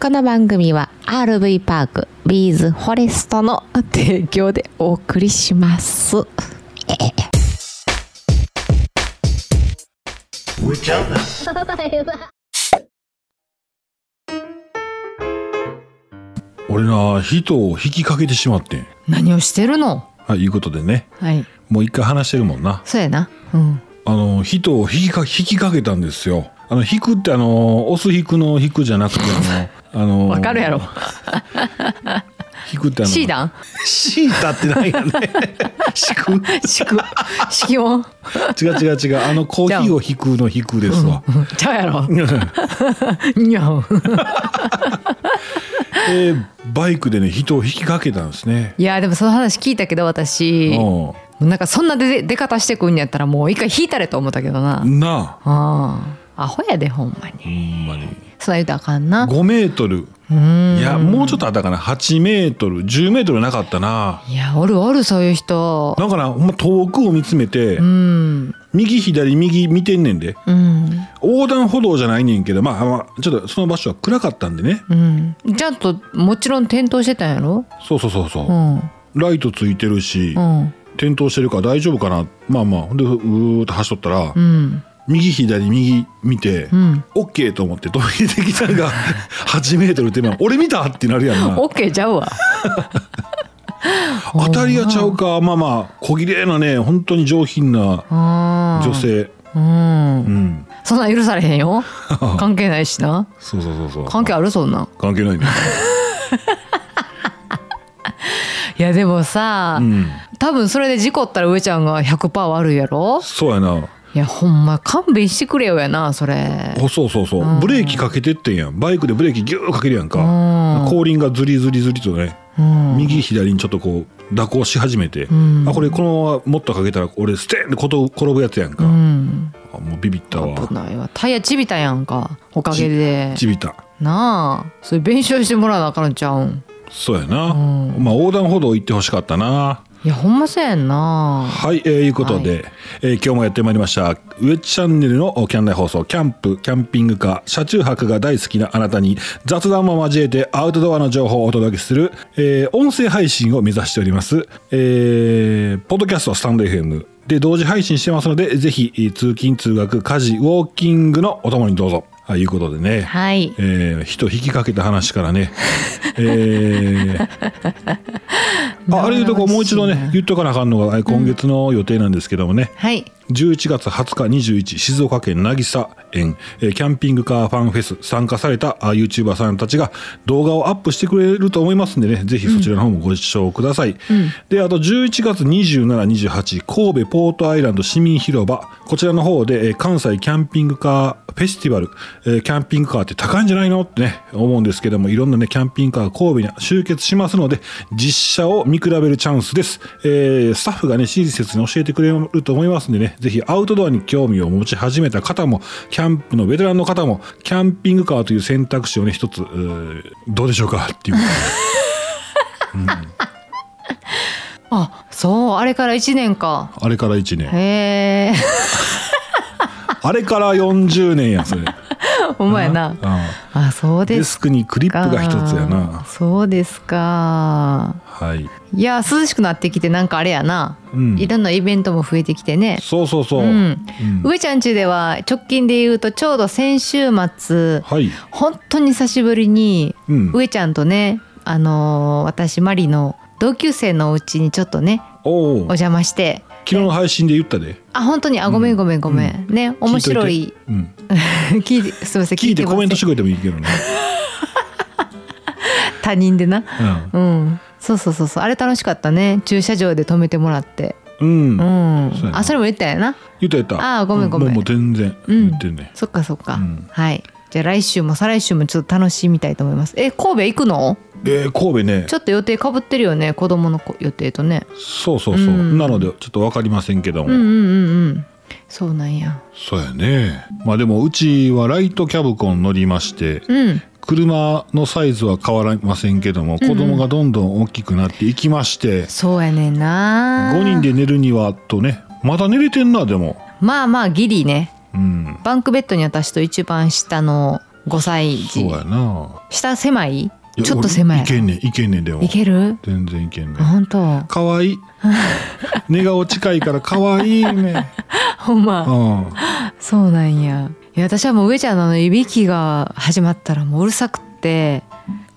この番組は RV パークビーズフォレストの提供でお送りします。 俺な人を引きかけてしまってん何をしてるのあいうことでねはい。もう一回話してるもんなそうやな。 うん。あの人を引きか引きかけたんですよあの引くってあの押す引くの引くじゃなくて あのあのわかるやろ。 引くってあのシーダンシータってなんやね 引く色、色音違う違う違うあのコーヒーを引くの引くですわ、 ちゃうやろ。にゃん。えーバイクでね人を引きかけたんですねいや、でもその話聞いたけど私、うんなんかそんな出出方してくんやったらもう一回引いたれと思ったけどな。なあああアホやでほんまほにんまにそんな言うたらあかんな5メートルうんいやもうちょっとあったかな8メートル10メートルなかったないやおるおるそういう人だからほんま遠くを見つめてうん右左右見てんねんでうん横断歩道じゃないねんけどまあまあちょっとその場所は暗かったんでねうんちゃんともちろん転倒してたんやろそうそうそうそううんライトついてるしうん転倒してるから大丈夫かなまあまあでうーっと走っとったらうん右左右見てうんオッケーと思って飛び出てきたのが8メートル手前俺見たってなるやんなオッケーちゃうわ当たりがちゃうかまあまあ小綺麗なね本当に上品なあー女性うん、うんそんなん許されへん よ関係ないしなそうそうそうそう関係あるそんなん関係 ないねいやでもさ、うん多分それで事故ったら上ちゃんが100%悪いやろそうやないやほんま勘弁してくれよやなそれおそうそうそう、うんブレーキかけてってんやんバイクでブレーキギューかけるやんか、うん後輪がズリズリズリとね、うん右左にちょっとこう蛇行し始めて、んあこれこのままもっとかけたら俺ステンってこと転ぶやつやんか、うんあもうビビったわ危ないわタイヤちびたやんかおかげでちびたなあそれ弁償してもらわなあかんのちゃうんそうやな、うまあ横断歩道行ってほしかったないやほんまそうやんなはい、えー、いうことで、えー今日もやってまいりました「ウエッチャンネル」のおキャン内放送キャンプキャンピングカー車中泊が大好きなあなたに雑談も交えてアウトドアの情報をお届けする、えー音声配信を目指しております、えーポッドキャストスタンド FM で同時配信してますのでぜひえー通勤通学家事ウォーキングのお供にどうぞということでね、はいえー人引きかけた話からね、え ーああれいうとこもう一度ね言っとかなあかんのがえー今月の予定なんですけどもね、はい11月20日21静岡県渚園、えーキャンピングカーファンフェス参加されたあ YouTuber さんたちが動画をアップしてくれると思いますんでねぜひそちらの方もご視聴ください、であと11月2728神戸ポートアイランド市民広場こちらの方で、えー関西キャンピングカーフェスティバル、えーキャンピングカーって高いんじゃないのってね思うんですけどもいろんなねキャンピングカー神戸に集結しますので実車を見比べるチャンスです、えースタッフがね親切に教えてくれると思いますんでねぜひアウトドアに興味を持ち始めた方もキャンプのベテランの方もキャンピングカーという選択肢をね一つうーどうでしょうかっていうあそうあれから1年かあれから1年へえ あれから40年やそれ、ほんまや なうあそうんデですスクにクリッかプが一つやなそうですかはいいや涼しくなってきてなんかあれやな、うんいろんなイベントも増えてきてねそうそうそう、うんうん上ちゃん家では直近で言うとちょうど先週末はい本当に久しぶりに、うん上ちゃんとね、あのー私マリの同級生のお家にちょっとねおおお昨邪魔して日の配信で言ったであ本当にあごめんごめんごめん、ね面白い 聞とてうん聞いてすみません聞いてコメントしてくくれてもいいけどね。他人でなうんうんそうそうそうそうあれ楽しかったね駐車場で止めてもらってうん。う言っん、そうやなあそれも言ったんやなた言った。あーごめんごめんうもう全然うん言ってね。そっかそっか、うんはいじゃあ来週も再来週もちょっと楽しみたいと思いますえ神戸行くのえー神戸ねち。ょっと予定かぶってるよね子供の子予定とねそうそうそうう。んなのでちょっとわかりませんけどうんうも。んうんうんそうなんやそうやね。まあでもうちはライトキャブコン乗りまして。うん車のサイズは変わりませんけども子供がどんどん大きくなっていきまして、そうやねんな5人で寝るにはとねまだ寝れてんなでもまあまあギリねうんバンクベッドに私と一番下の5歳児そうやな下狭いいやちょっと狭い俺いけんねんいけんねんでもいける全然いけんねん本当かわい い寝顔近いからかわいい ねほんうまんそうなんやいや私はもう上ちゃんのあのいびきが始まったらもううるさくって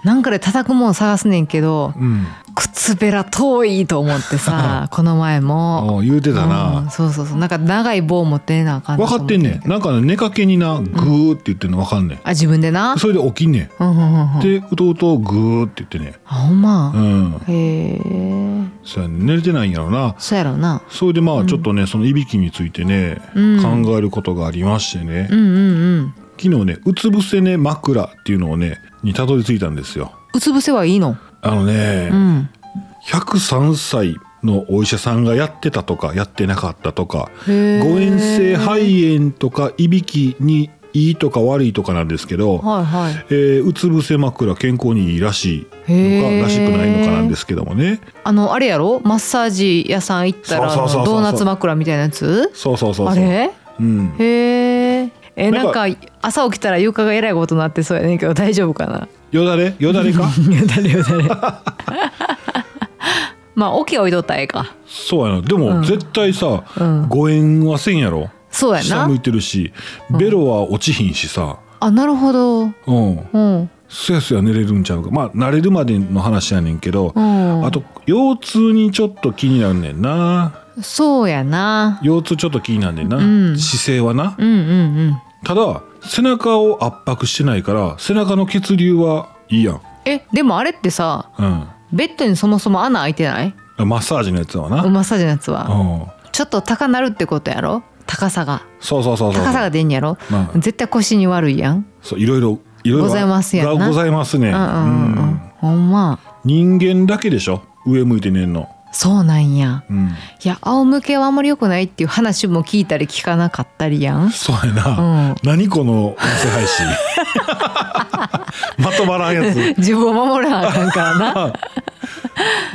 なんかで叩くもん探すねんけどうん靴べら遠いと思っ てさこの前もあ言うてたうなんそうそうそうなんか長い棒持ってなあかん分なとか思ってんねんなんかね寝かけになグーって言ってんの分かんねんあ自分でなそれで起きんねんうんうんうんうんで弟グーって言ってねあほんま、うんへえそうやね寝れてないんやろなそうやろうなそれでまあちょっとね、そのいびきについてね、うん考えることがありましてね、うんうんうん昨日ねうつ伏せね枕っていうのをねにたどり着いたんですようつ伏せはいいのあのね、うん103歳のお医者さんがやってたとかやってなかったとかへえ誤嚥性肺炎とかいびきにいいとか悪いとかなんですけど、はいはいえーうつ伏せ枕健康にいいらしいのかへーらしくないのかなんですけどもねあのあれやろマッサージ屋さん行ったらあそうそうそうそうのドーナツ枕みたいなやつそうそうそうそうあれうん、へええななんんかか朝起きたら床がえらいことになってそうやねんけど 大丈夫かなよだれよだれ かいや誰よ誰まあ起き置いとったらええかそうやなでも絶対さ、うん誤嚥はせんやろそうや下な向いてるしベロは落ちひんしさあなるほどうんうんすやすや寝れるんちゃうかまあ慣れるまでの話やねんけど、うんあと腰痛にちょっと気になんねんなそうやな腰痛ちょっと気になんねんな、うん姿勢はな、うんうんうんただ背中を圧迫してないから背中の血流はいいやんえでもあれってさうんベッドにそもそも穴開いてないマッサージのやつはな、うまさじのやつはうん、ちょっと高なるってことやろ高さがそうそうそうそう高さが出んやろまあ絶対腰に悪いやんそういろいろいろいろございますやんながございますね、うんうんううんうんんほんま人間だけでしょ上向いて寝んの、そうなんやうん、いや仰向けはあんまり良くないっていう話も聞いたり聞かなかったりやん そうやな、うん何この音声配 信まとまらんやつ自分を守らなあかんからな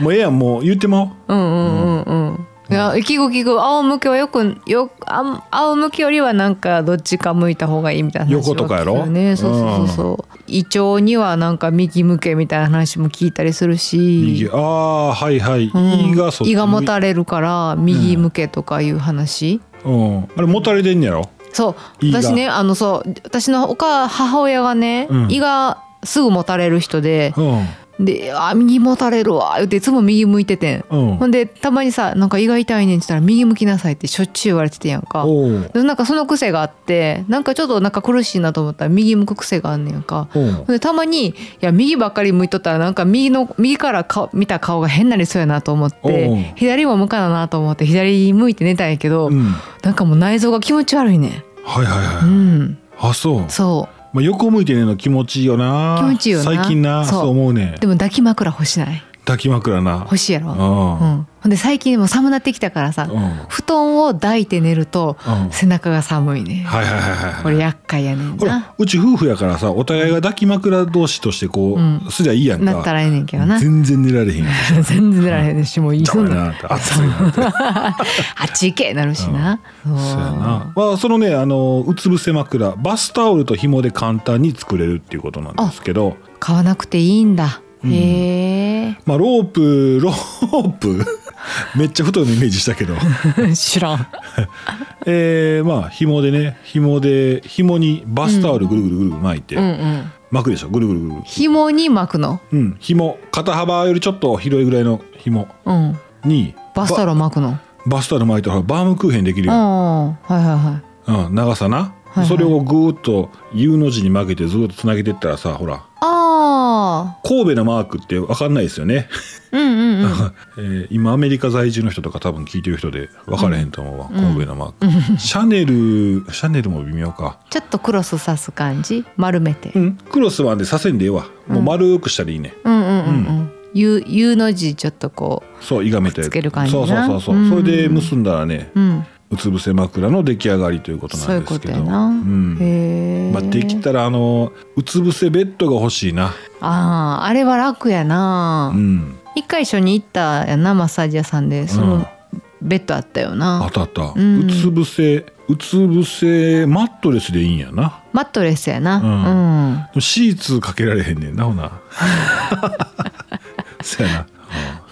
もうええやんもう言ってまおううんうんうんうんいや聞く聞く仰向けはよくよあん仰向けよりはなんかどっちか向いた方がいいみたいな話は横とかやろ聞くよねそうそうそうそう、胃腸にはなんか右向けみたいな話も聞いたりする右し、ああはいはい、うん胃がそっち胃がもたれ、れるから右向けとかいう話、うん、あれもたれてんねやろそう胃が私ねあのそう私のお母母親がね、うん胃がすぐもたれる人で、うんで「あ右もたれるわ」言っていつも右向いててん、うんほんでたまにさ「なんか胃が痛いねん」って言ったら「右向きなさい」ってしょっちゅう言われててやんかおうでなんかその癖があってなんかちょっとなんか苦しいなと思ったら右向く癖があんねやんかおほうんでたまにいや右ばっかり向いとったらなんか右の右から顔見た顔が変になりそうやなと思っおうて左も向かななと思って左向いて寝たんやけど、うんなんかもう内臓が気持ち悪いねはいはいはうい、んあそう、まそあ、横向いて寝るの気持ちいいよな気持ちいいよな最近なそそうう思うねうでも抱き枕欲しない抱き枕な欲しいやろううんんほんで最近もう寒なってきたからさうんはい布団を抱いて寝るとうん背中が寒いねはいはいはいこれ厄介やねんほならうち夫婦やからさお互いが抱き枕同士としてこう、うんすりゃいいやんかなったらええねんけどな全然寝られへんやん全然寝られへんしもういい邪 そ魔んやななって暑いなって あっち行けなるしなそうそうやな。まあそのねあのうつ伏せ枕バスタオルと紐で簡単に作れるっていうことなんですけど、買わなくていいんだ へまあロープロー プめっちゃ太いのイメージしたけど、え知らんえー、まあ紐でね紐で紐にバスタオルぐるぐるぐるぐる巻いて、うんうん巻くでしょぐるぐるぐるぐる。紐に巻くのうん紐肩幅よりちょっと広いぐらいの紐うんにバスタオルル巻くのバスタオル巻いたらバームクーヘンできるうんやんはいはいはいうん、長さな、いはいそれをぐーっと U の字に曲げてずーっとつなげてったらさほらああ神戸のマークって分かんないですよね、うんうんうん えー今アメリカ在住の人とか多分聞いてる人で分からへんと思うわ、神戸のマーク、シャネルシャネルも微妙かちょっとクロス刺す感じ丸めてうんクロスはでさせんでええわもう丸くしたらいいね、うんうんうんうん U, U の字ちょっとこそういがめてくっつける感じそうそうなそうそう、うんそれで結んだらねううんうつ伏せ枕の出来上がりということそうないんうでこすけとどやな、うんへえ、まあ、できたらあのうつ伏せベッドが欲しいなあああれは楽やな、うん一回一緒に行ったやなマッサージ屋さんでそのベッドあったよあなっ、たあった、ううんつ伏せうつ伏せマットレスでいいんやなマットレスやなうんうんでもシーツかけられへんねんなほなそや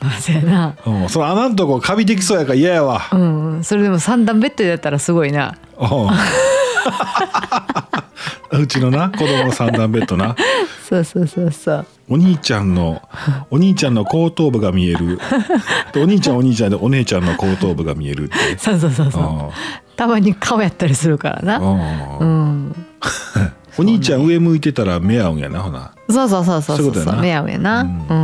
まずやなな、うん、その穴んとこカビできそうやから嫌やわ、うんうんそれでも三段ベッドだったらすごいなうん うちのな子供の三段ベッドなそうそうそうそうお兄ちゃんのお兄ちゃんの後頭部が見えるでお兄ちゃんお兄ちゃんでお姉ちゃんの後頭部が見えるってそうそうそうそうあたまに顔やったりするからああなうあんお兄ちゃん上向いてたら目合うんやなほなそうそうそうそうそういそうことうそやなう目合うやなうんほ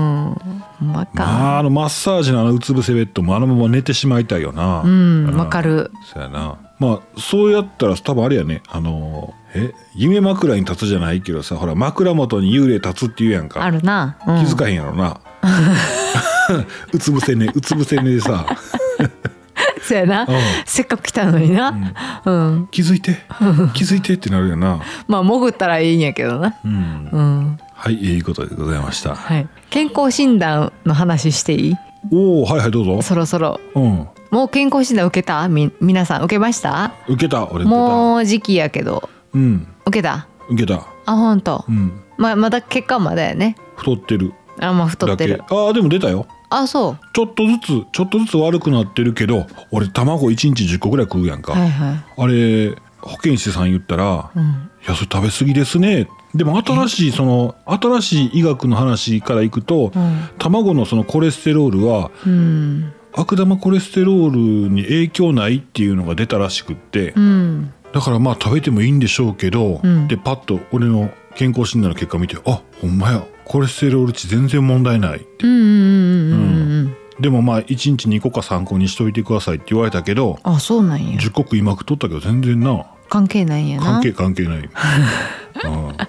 んままあかあのマッサージのあのうつ伏せベッドもあのまま寝てしまいたいよなうんわかるそうやなまあそうやったら多分あれやねあのえ夢枕に立つじゃないけどさほら枕元に幽霊立つって言うやんかあるなうん気づかへんやろ な、うつ伏せねうつ伏せねでさそうやなうんせっかく来たのになうん気づいて気づいてってなるよな、まあ潜ったらいいんやけどなうん、うんはいいうことでございましたはい健康診断の話していいおおはいはいどうぞそろそろうんもう健康診断受けたみ皆さん受けました受けた俺受けたもう時期やけどうん受けた受けたあ本当、うんまあまだ結果まだやね太ってるあまあ太だってけるあーでも出たよあそうちょっとずつちょっとずつ悪くなってるけど俺卵1日10個ぐらい食うやんか、はいはいあれ保健師さん言ったら「ういんやそれ食べ過ぎですね」でも新しいその新しい医学の話からいくと、うん卵のそのコレステロールはうん悪玉コレステロールに影響ないっていうのが出たらしくって、うんだからまあ食べてもいいんでしょうけど、うんでパッと俺の健康診断の結果見てあほんまやコレステロール値全然問題ないうんうんうんうんうんうんでもまあ1日2個か3個にしといてくださいって言われたけどあそうなんや10個食いまくっとったけど全 然な関係ないんやな関係関 係ない、うあ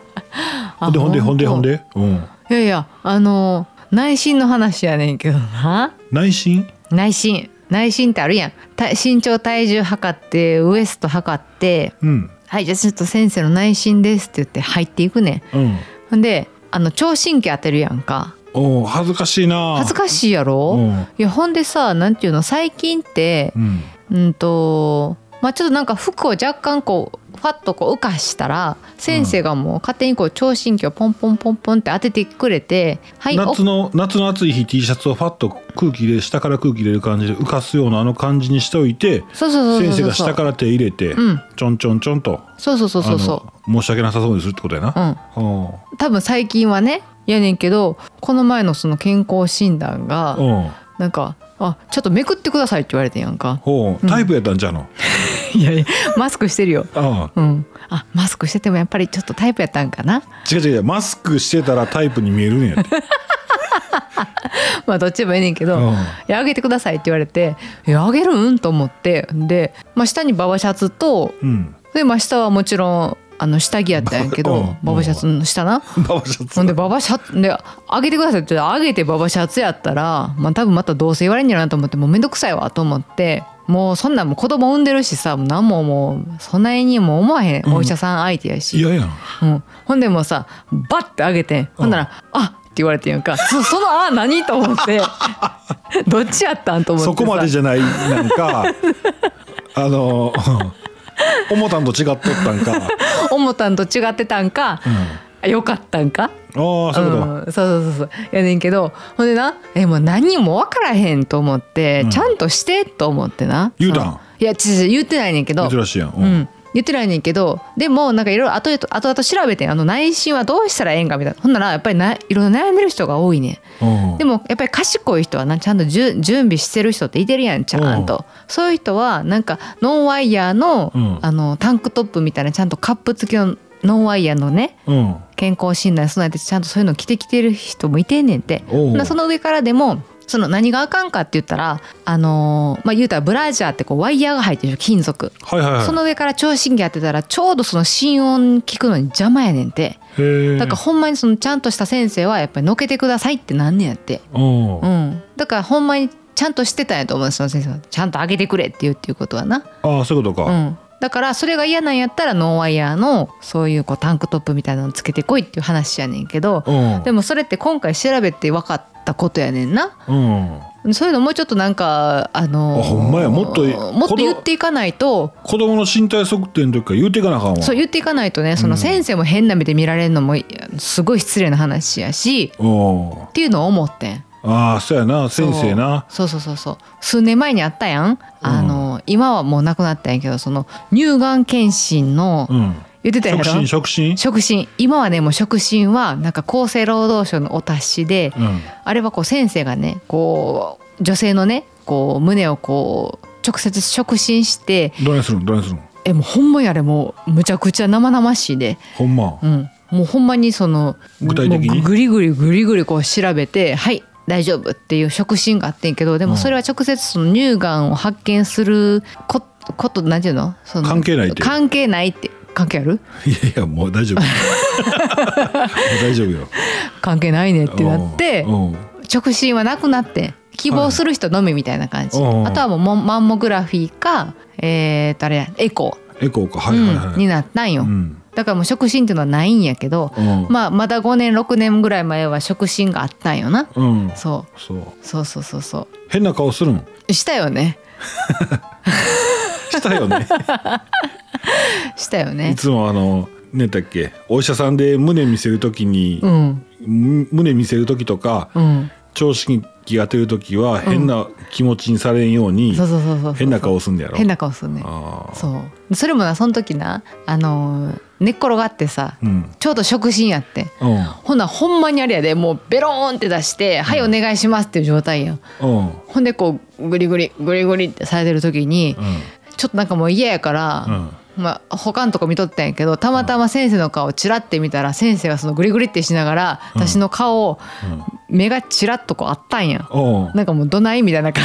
ん、でほんでほんで当ほんで、うん、いやいやあの内心の話やねんけどな内心内心内心ってあるやん体身長体重測ってウエスト測ってうんはいじゃあちょっと先生の内心ですって言って入っていくねんうんほんであの聴診器当てるやんかおう恥ずかしいな恥ずかしいやろ、うんいやほんでさなんていうの最近ってうんうんとまあちょっとなんか服を若干こうファッとこう浮かしたら先生がもう勝手にこう聴診器をポンポンポンポンって当ててくれて「はいお夏の夏の暑い日 T シャツをファッと空気で下から空気入れる感じで浮かすようなあの感じにしておいてそうそうそう先生そうがそ下うから手入れて、うんちょんちょんちょんとそうそうそうそうそうあの申し訳なさそうにするってことやうな、んうん多分最近はねやねんけどこの前のその健康診断がうんなんか「あちょっとめくってください」って言われてんやんかほうタイプやったんじゃうの、いやいやマスクしてるよああうんあマスクしててもやっぱりちょっとタイプやったんかな違う違う違うマスクしてたらタイプに見えるんやって、まあどっちでもいいねんけどうん「いやあげてください」って言われて「えあげるん?」と思ってで、まあ、下にババシャツとうん、で、まあ、下はもちろんあの下着やったんやけうんどババシャツの下な。ババシャツほんでババシャツで「あげてください」って言ってあげてババシャツやったら、まあ、多分またどうせ言われんやろなと思ってもうめんどくさいわと思ってもうそんなんもう子供産んでるしさもう何ももうそんなにも思わへん、うんお医者さん相手やしいやいやんうん、ほんでもうさバッて上げてんほんなら「あっ」って言われてんやんかそその「あ」何と思って どっちやったんと思ってそさこまでじゃないなん かあのうん思ったんと違っとったん か、思ったんと違ってたんかうん、、よかったんかああそういうこと、ん、そうそうそうそうやねんけどほんでなえもう何も分からへんと思って、うんちゃんとしてと思ってな言うたんそのいやちち言ってないねんけど珍しいやん、ううんん、言ってないねんけどでもなんかいろいろ後々後々調べてんあの内心はどうしたらええんかみたいなほんならやっぱりないろいろ悩んでる人が多いねんうんでもやっぱり賢い人はなちゃんとじゅ準備してる人っていてるやんちゃんとそういう人はなんかノンワイヤーの,、うんあのタンクトップみたいなちゃんとカップ付きのノンワイヤーのねうん健康診断に備えてちゃんとそういうの着てきてる人もいてんねんておうほなその上からでもその何があかんかって言ったらあのーまあ言うたらブラジャーってこうワイヤーが入ってる金属はいはいはいその上から聴診器当てたらちょうどその心音聞くのに邪魔やねんてへえだからほんまにそのちゃんとした先生はやっぱりのけてくださいってなんねんやってうん、うあん、だからほんまにちゃんとしてたんやと思うその先生はちゃんと上げてくれって言うっていうことはな、あそういうことうか、ん、だからそれが嫌なんやったらノンワイヤーのそういうこうタンクトップみたいなのつけてこいっていう話やねんけどうん、でもそれって今回調べて分かったことやねんなうん、だそういうのもうちょっとなんかあのあほんまやもっともっと言っていかないと子供の身体測定の時から言うていかなあかんわそう言っていかないとねその先生も変な目で見られるのもいすごい失礼な話やしおーっていうのを思ってんああそうやな先生なそうそうそうそう数年前にあったやんあの、今はもうなくなったんやけどその乳がん検診の、うん言ってたやろ触診触診触診今はねもう触診はなんか厚生労働省のお達しで、うんあれはこう先生がねこう女性のねこう胸をこう直接触診してどれにするんどれにするんえもうほんまにあれもうむちゃくちゃ生々しいで、ほんまうん、もうほんまにその具体的にもうぐりぐりぐりぐりこう調べてはい大丈夫っていう触診があってんけどでうもんそれは直接その乳がんを発見するこことなんていうのその関係ないって関係ないって関係あるいやいやもう大丈夫 もう大丈夫よ関係ないねってなってうんうん直進はなくなってん希望する人のみみたいな感じ、はいあとはもうモンマンモグラフィーかえー、とあれやエコエコーかー、はいはいはういんになったんよ、うんだからもう触診っていうのはないんやけど、うんまあ、まだ5年6年ぐらい前は触診があったんよな、うんそそううそうそうそうそ変な顔す るんうしたよねしたよねしたよいねつもあのねだっけお医者さんで胸見せるときにう、んむ胸見せるときとかうん聴診器当てるときは変な気持ちにされんようにそうそうそうそう変な顔すんだやろ変な顔するねああそうそれもなその時なあのー寝っ転がってさ、うんちょうど触診やってんうほなほんまにあれやでもうベローンって出して「はいお願いします」っていう状態やんんうんほんでこうグリグリグリグリってされてる時にうんちょっとなんかもう嫌やから、まあ、他のとこ見とったんやけどたまたま先生の顔チラって見たら先生がそのグリグリってしながらうん私の顔をうん目がチラッとこうあったんやおうなんかもうどないみたいな感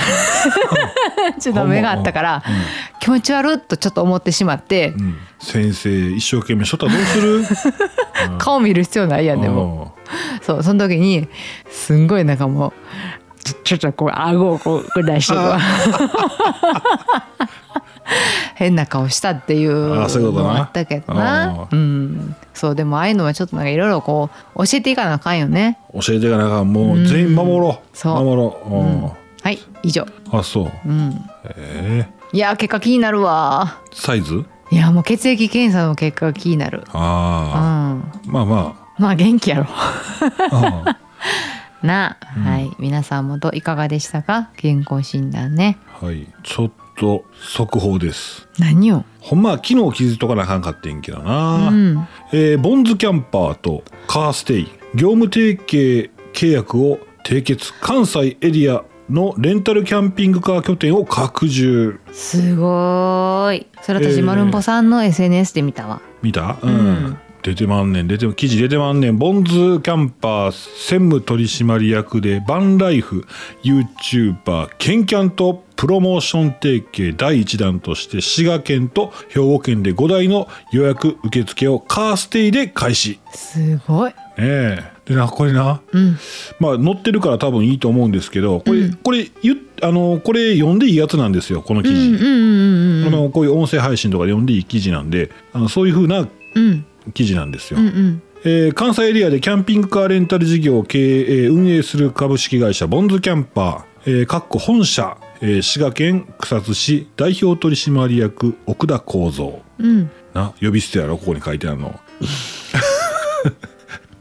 じ ちょっと目があったからうん気持ち悪っとちょっと思ってしまってうん先生一生懸命しとったらどうす る顔見る必要ないやんでも。そうその時にすんごいなんかもうちょちょっとこう顎をこうこう出してこう 変な顔したっていうあーそういうのことなもあったけどなあうんそうでもああいうのはちょっとなんかいろいろこう教えていかなあかんよねうん教えていかなあかんもう全員守ろうそう守ろうはい以上うんあそううんえいやー結果気になるわーサイズいやーもう血液検査の結果が気になるうんあまあまあまあ元気やろああ なあ、はい皆さんもどういかがでしたか健康診断ねあはいちょっと速報です何をほんまは昨日気づいとかなあかんかってんけどな、うんえーボンズキャンパーとカーステイ業務提携契約を締結関西エリアのレンタルキャンピングカー拠点を拡充すごーいそれえ私、ーまるんぽさんの SNS で見たわ見た、うん出てまんねん出て記事出てまんねんボンズキャンパー専務取締役でバンライフ YouTuber ケンキャンとプロモーション提携第1弾として滋賀県と兵庫県で5台の予約受付をカーステイで開始すごいねえでなこれなうんまあ載ってるから多分いいと思うんですけどこれ、これゆあのこれ読んでいいやつなんですよこの記う事、んうんうんあのこういう音声配信とかで読んでいい記事なんであのそういうふうなうん記事なんですよ、うんうんえー関西エリアでキャンピングカーレンタル事業を経営、えー運営する株式会社ボンズキャンパー、えー、かっこ本社、えー滋賀県草津市代表取締役奥田幸三うんな呼び捨てやろここに書いてあるの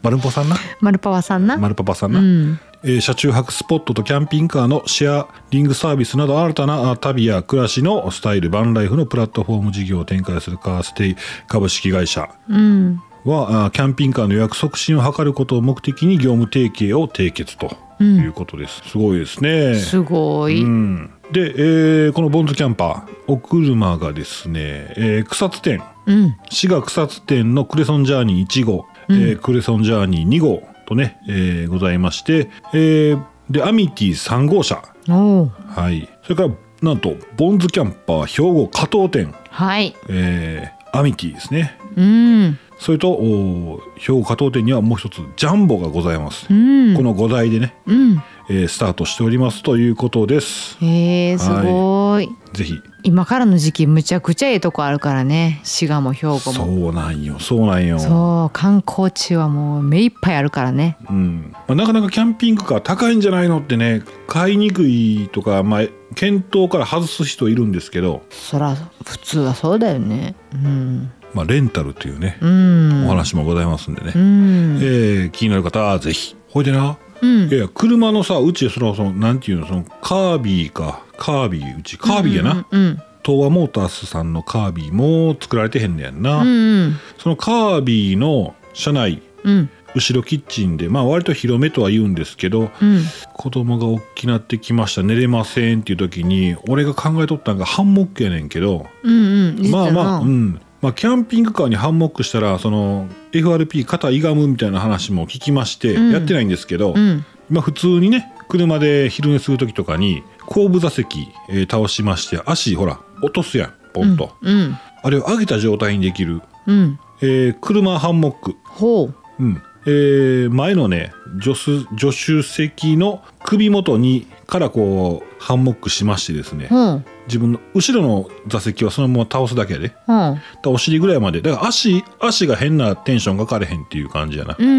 マルポさんなまるぱわさんなマルパパさんうな、んえー車中泊スポットとキャンピングカーのシェアリングサービスなど新たなあ旅や暮らしのスタイルバンライフのプラットフォーム事業を展開するカーステイ株式会社うんはあキャンピングカーの予約促進を図ることを目的に業務提携を締結とうんいうことです、すごいですねすごい、うん、で、えーこのボンズキャンパーお車がですね、えー草津店うん滋賀草津店のクレソンジャーニー1号、えークレソンジャーニー2号とね、えーございまして、えーでアミティ3号車、おおはい、それからなんとボンズキャンパー兵庫加藤店、はいえーアミティですねうんそれとおー兵庫加藤店にはもう一つジャンボがございます、うんこの5台でね、うんえースタートしておりますということです。へえすごいぜひ今からの時期むちゃくちゃええとこあるからね滋賀も兵庫そもうなんよそうなんよ。そう観光地はもう目いっぱいあるからねうんまあ、なかなかキャンピングカー高いんじゃないのってね買いにくいとか、まあ、検討から外す人いるんですけど、そら普通はそうだよねうんまあ、レンタルというね、うんお話もございますんでね、うんえー気になる方はぜひほいでな、うんいやいや車のさうちそのそのなんていうのそのカービィかカービィうちカービィやな、うん東和モータースさんのカービィも作られてへんねやんな、うんうんそのカービィの車内うん後ろキッチンでまあ割と広めとは言うんですけど、うん子供が大きなってきました寝れませんっていう時に俺が考えとったんがハンモックやねんけどうんうんまあまあううんんまあキャンピングカーにハンモックしたらその FRP 肩いがむみたいな話も聞きまして、うんやってないんですけど、うんまあ普通にね車で昼寝する時とかに後部座席、えー倒しまして足ほら落とすやんポンと、うんあれを上げた状態にできる、うんえー車ハンモックほううんえー前のね助手助手席の首元にからこうハンモックしましてですねほう自分の後ろの座席はそのまま倒すだけやでだかほうらお尻ぐらいまでだから足足が変なテンションかかれへんっていう感じやな、うんうんう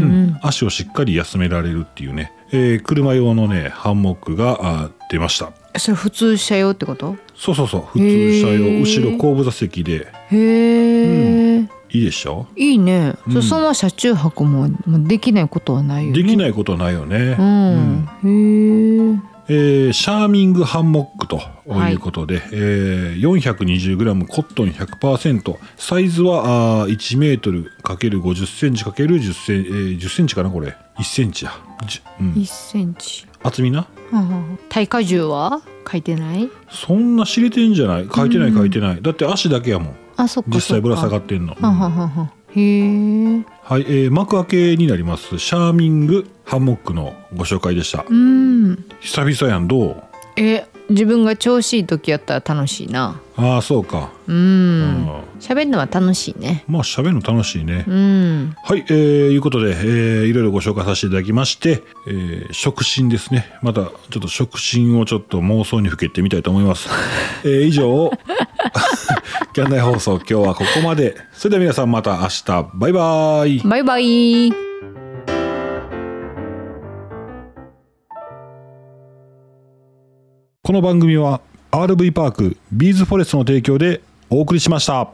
んうん足をしっかり休められるっていうね、えー車用のねハンモックがあ出ましたそれ普通車用ってことそうそうそう普通車へ用ー後ろ後部座席でへえ、いいでしょいいね、うんそその車中泊ももうできないことはないよねできいないことはないよね、うん、へええーシャーミングハンモックということで、えー 420g コットン100%サイズはあー 1m×50cm×10cm、えー10センチかなこれ1センチや、じゅうん、 1センチ厚みなはあはあ耐荷重は書いてないそんな知れてんじゃない書いてないうん書いてない、だって足だけやもんあそっか実際ぶら下がってってんの、はあはあはあはあへえはい、えー幕開けになりますシャーミングハンモックのご紹介でしたうん久々やんどうえ自分が調子いい時やったら楽しいなああそうか、ううん喋、るのは楽しいねまあ喋るの楽しいね、うんはい、えー、いうことで、えー、いろいろご紹介させていただきまして、えー、触診ですね。また、ちょっと触診をちょっと妄想にふけてみたいと思います。えー、以上、 キャンナイ放送、今日はここまで。それでは皆さんまた明日、バイバイ。バイバイこの番組は、RV パーク、ビーズフォレストの提供でお送りしました。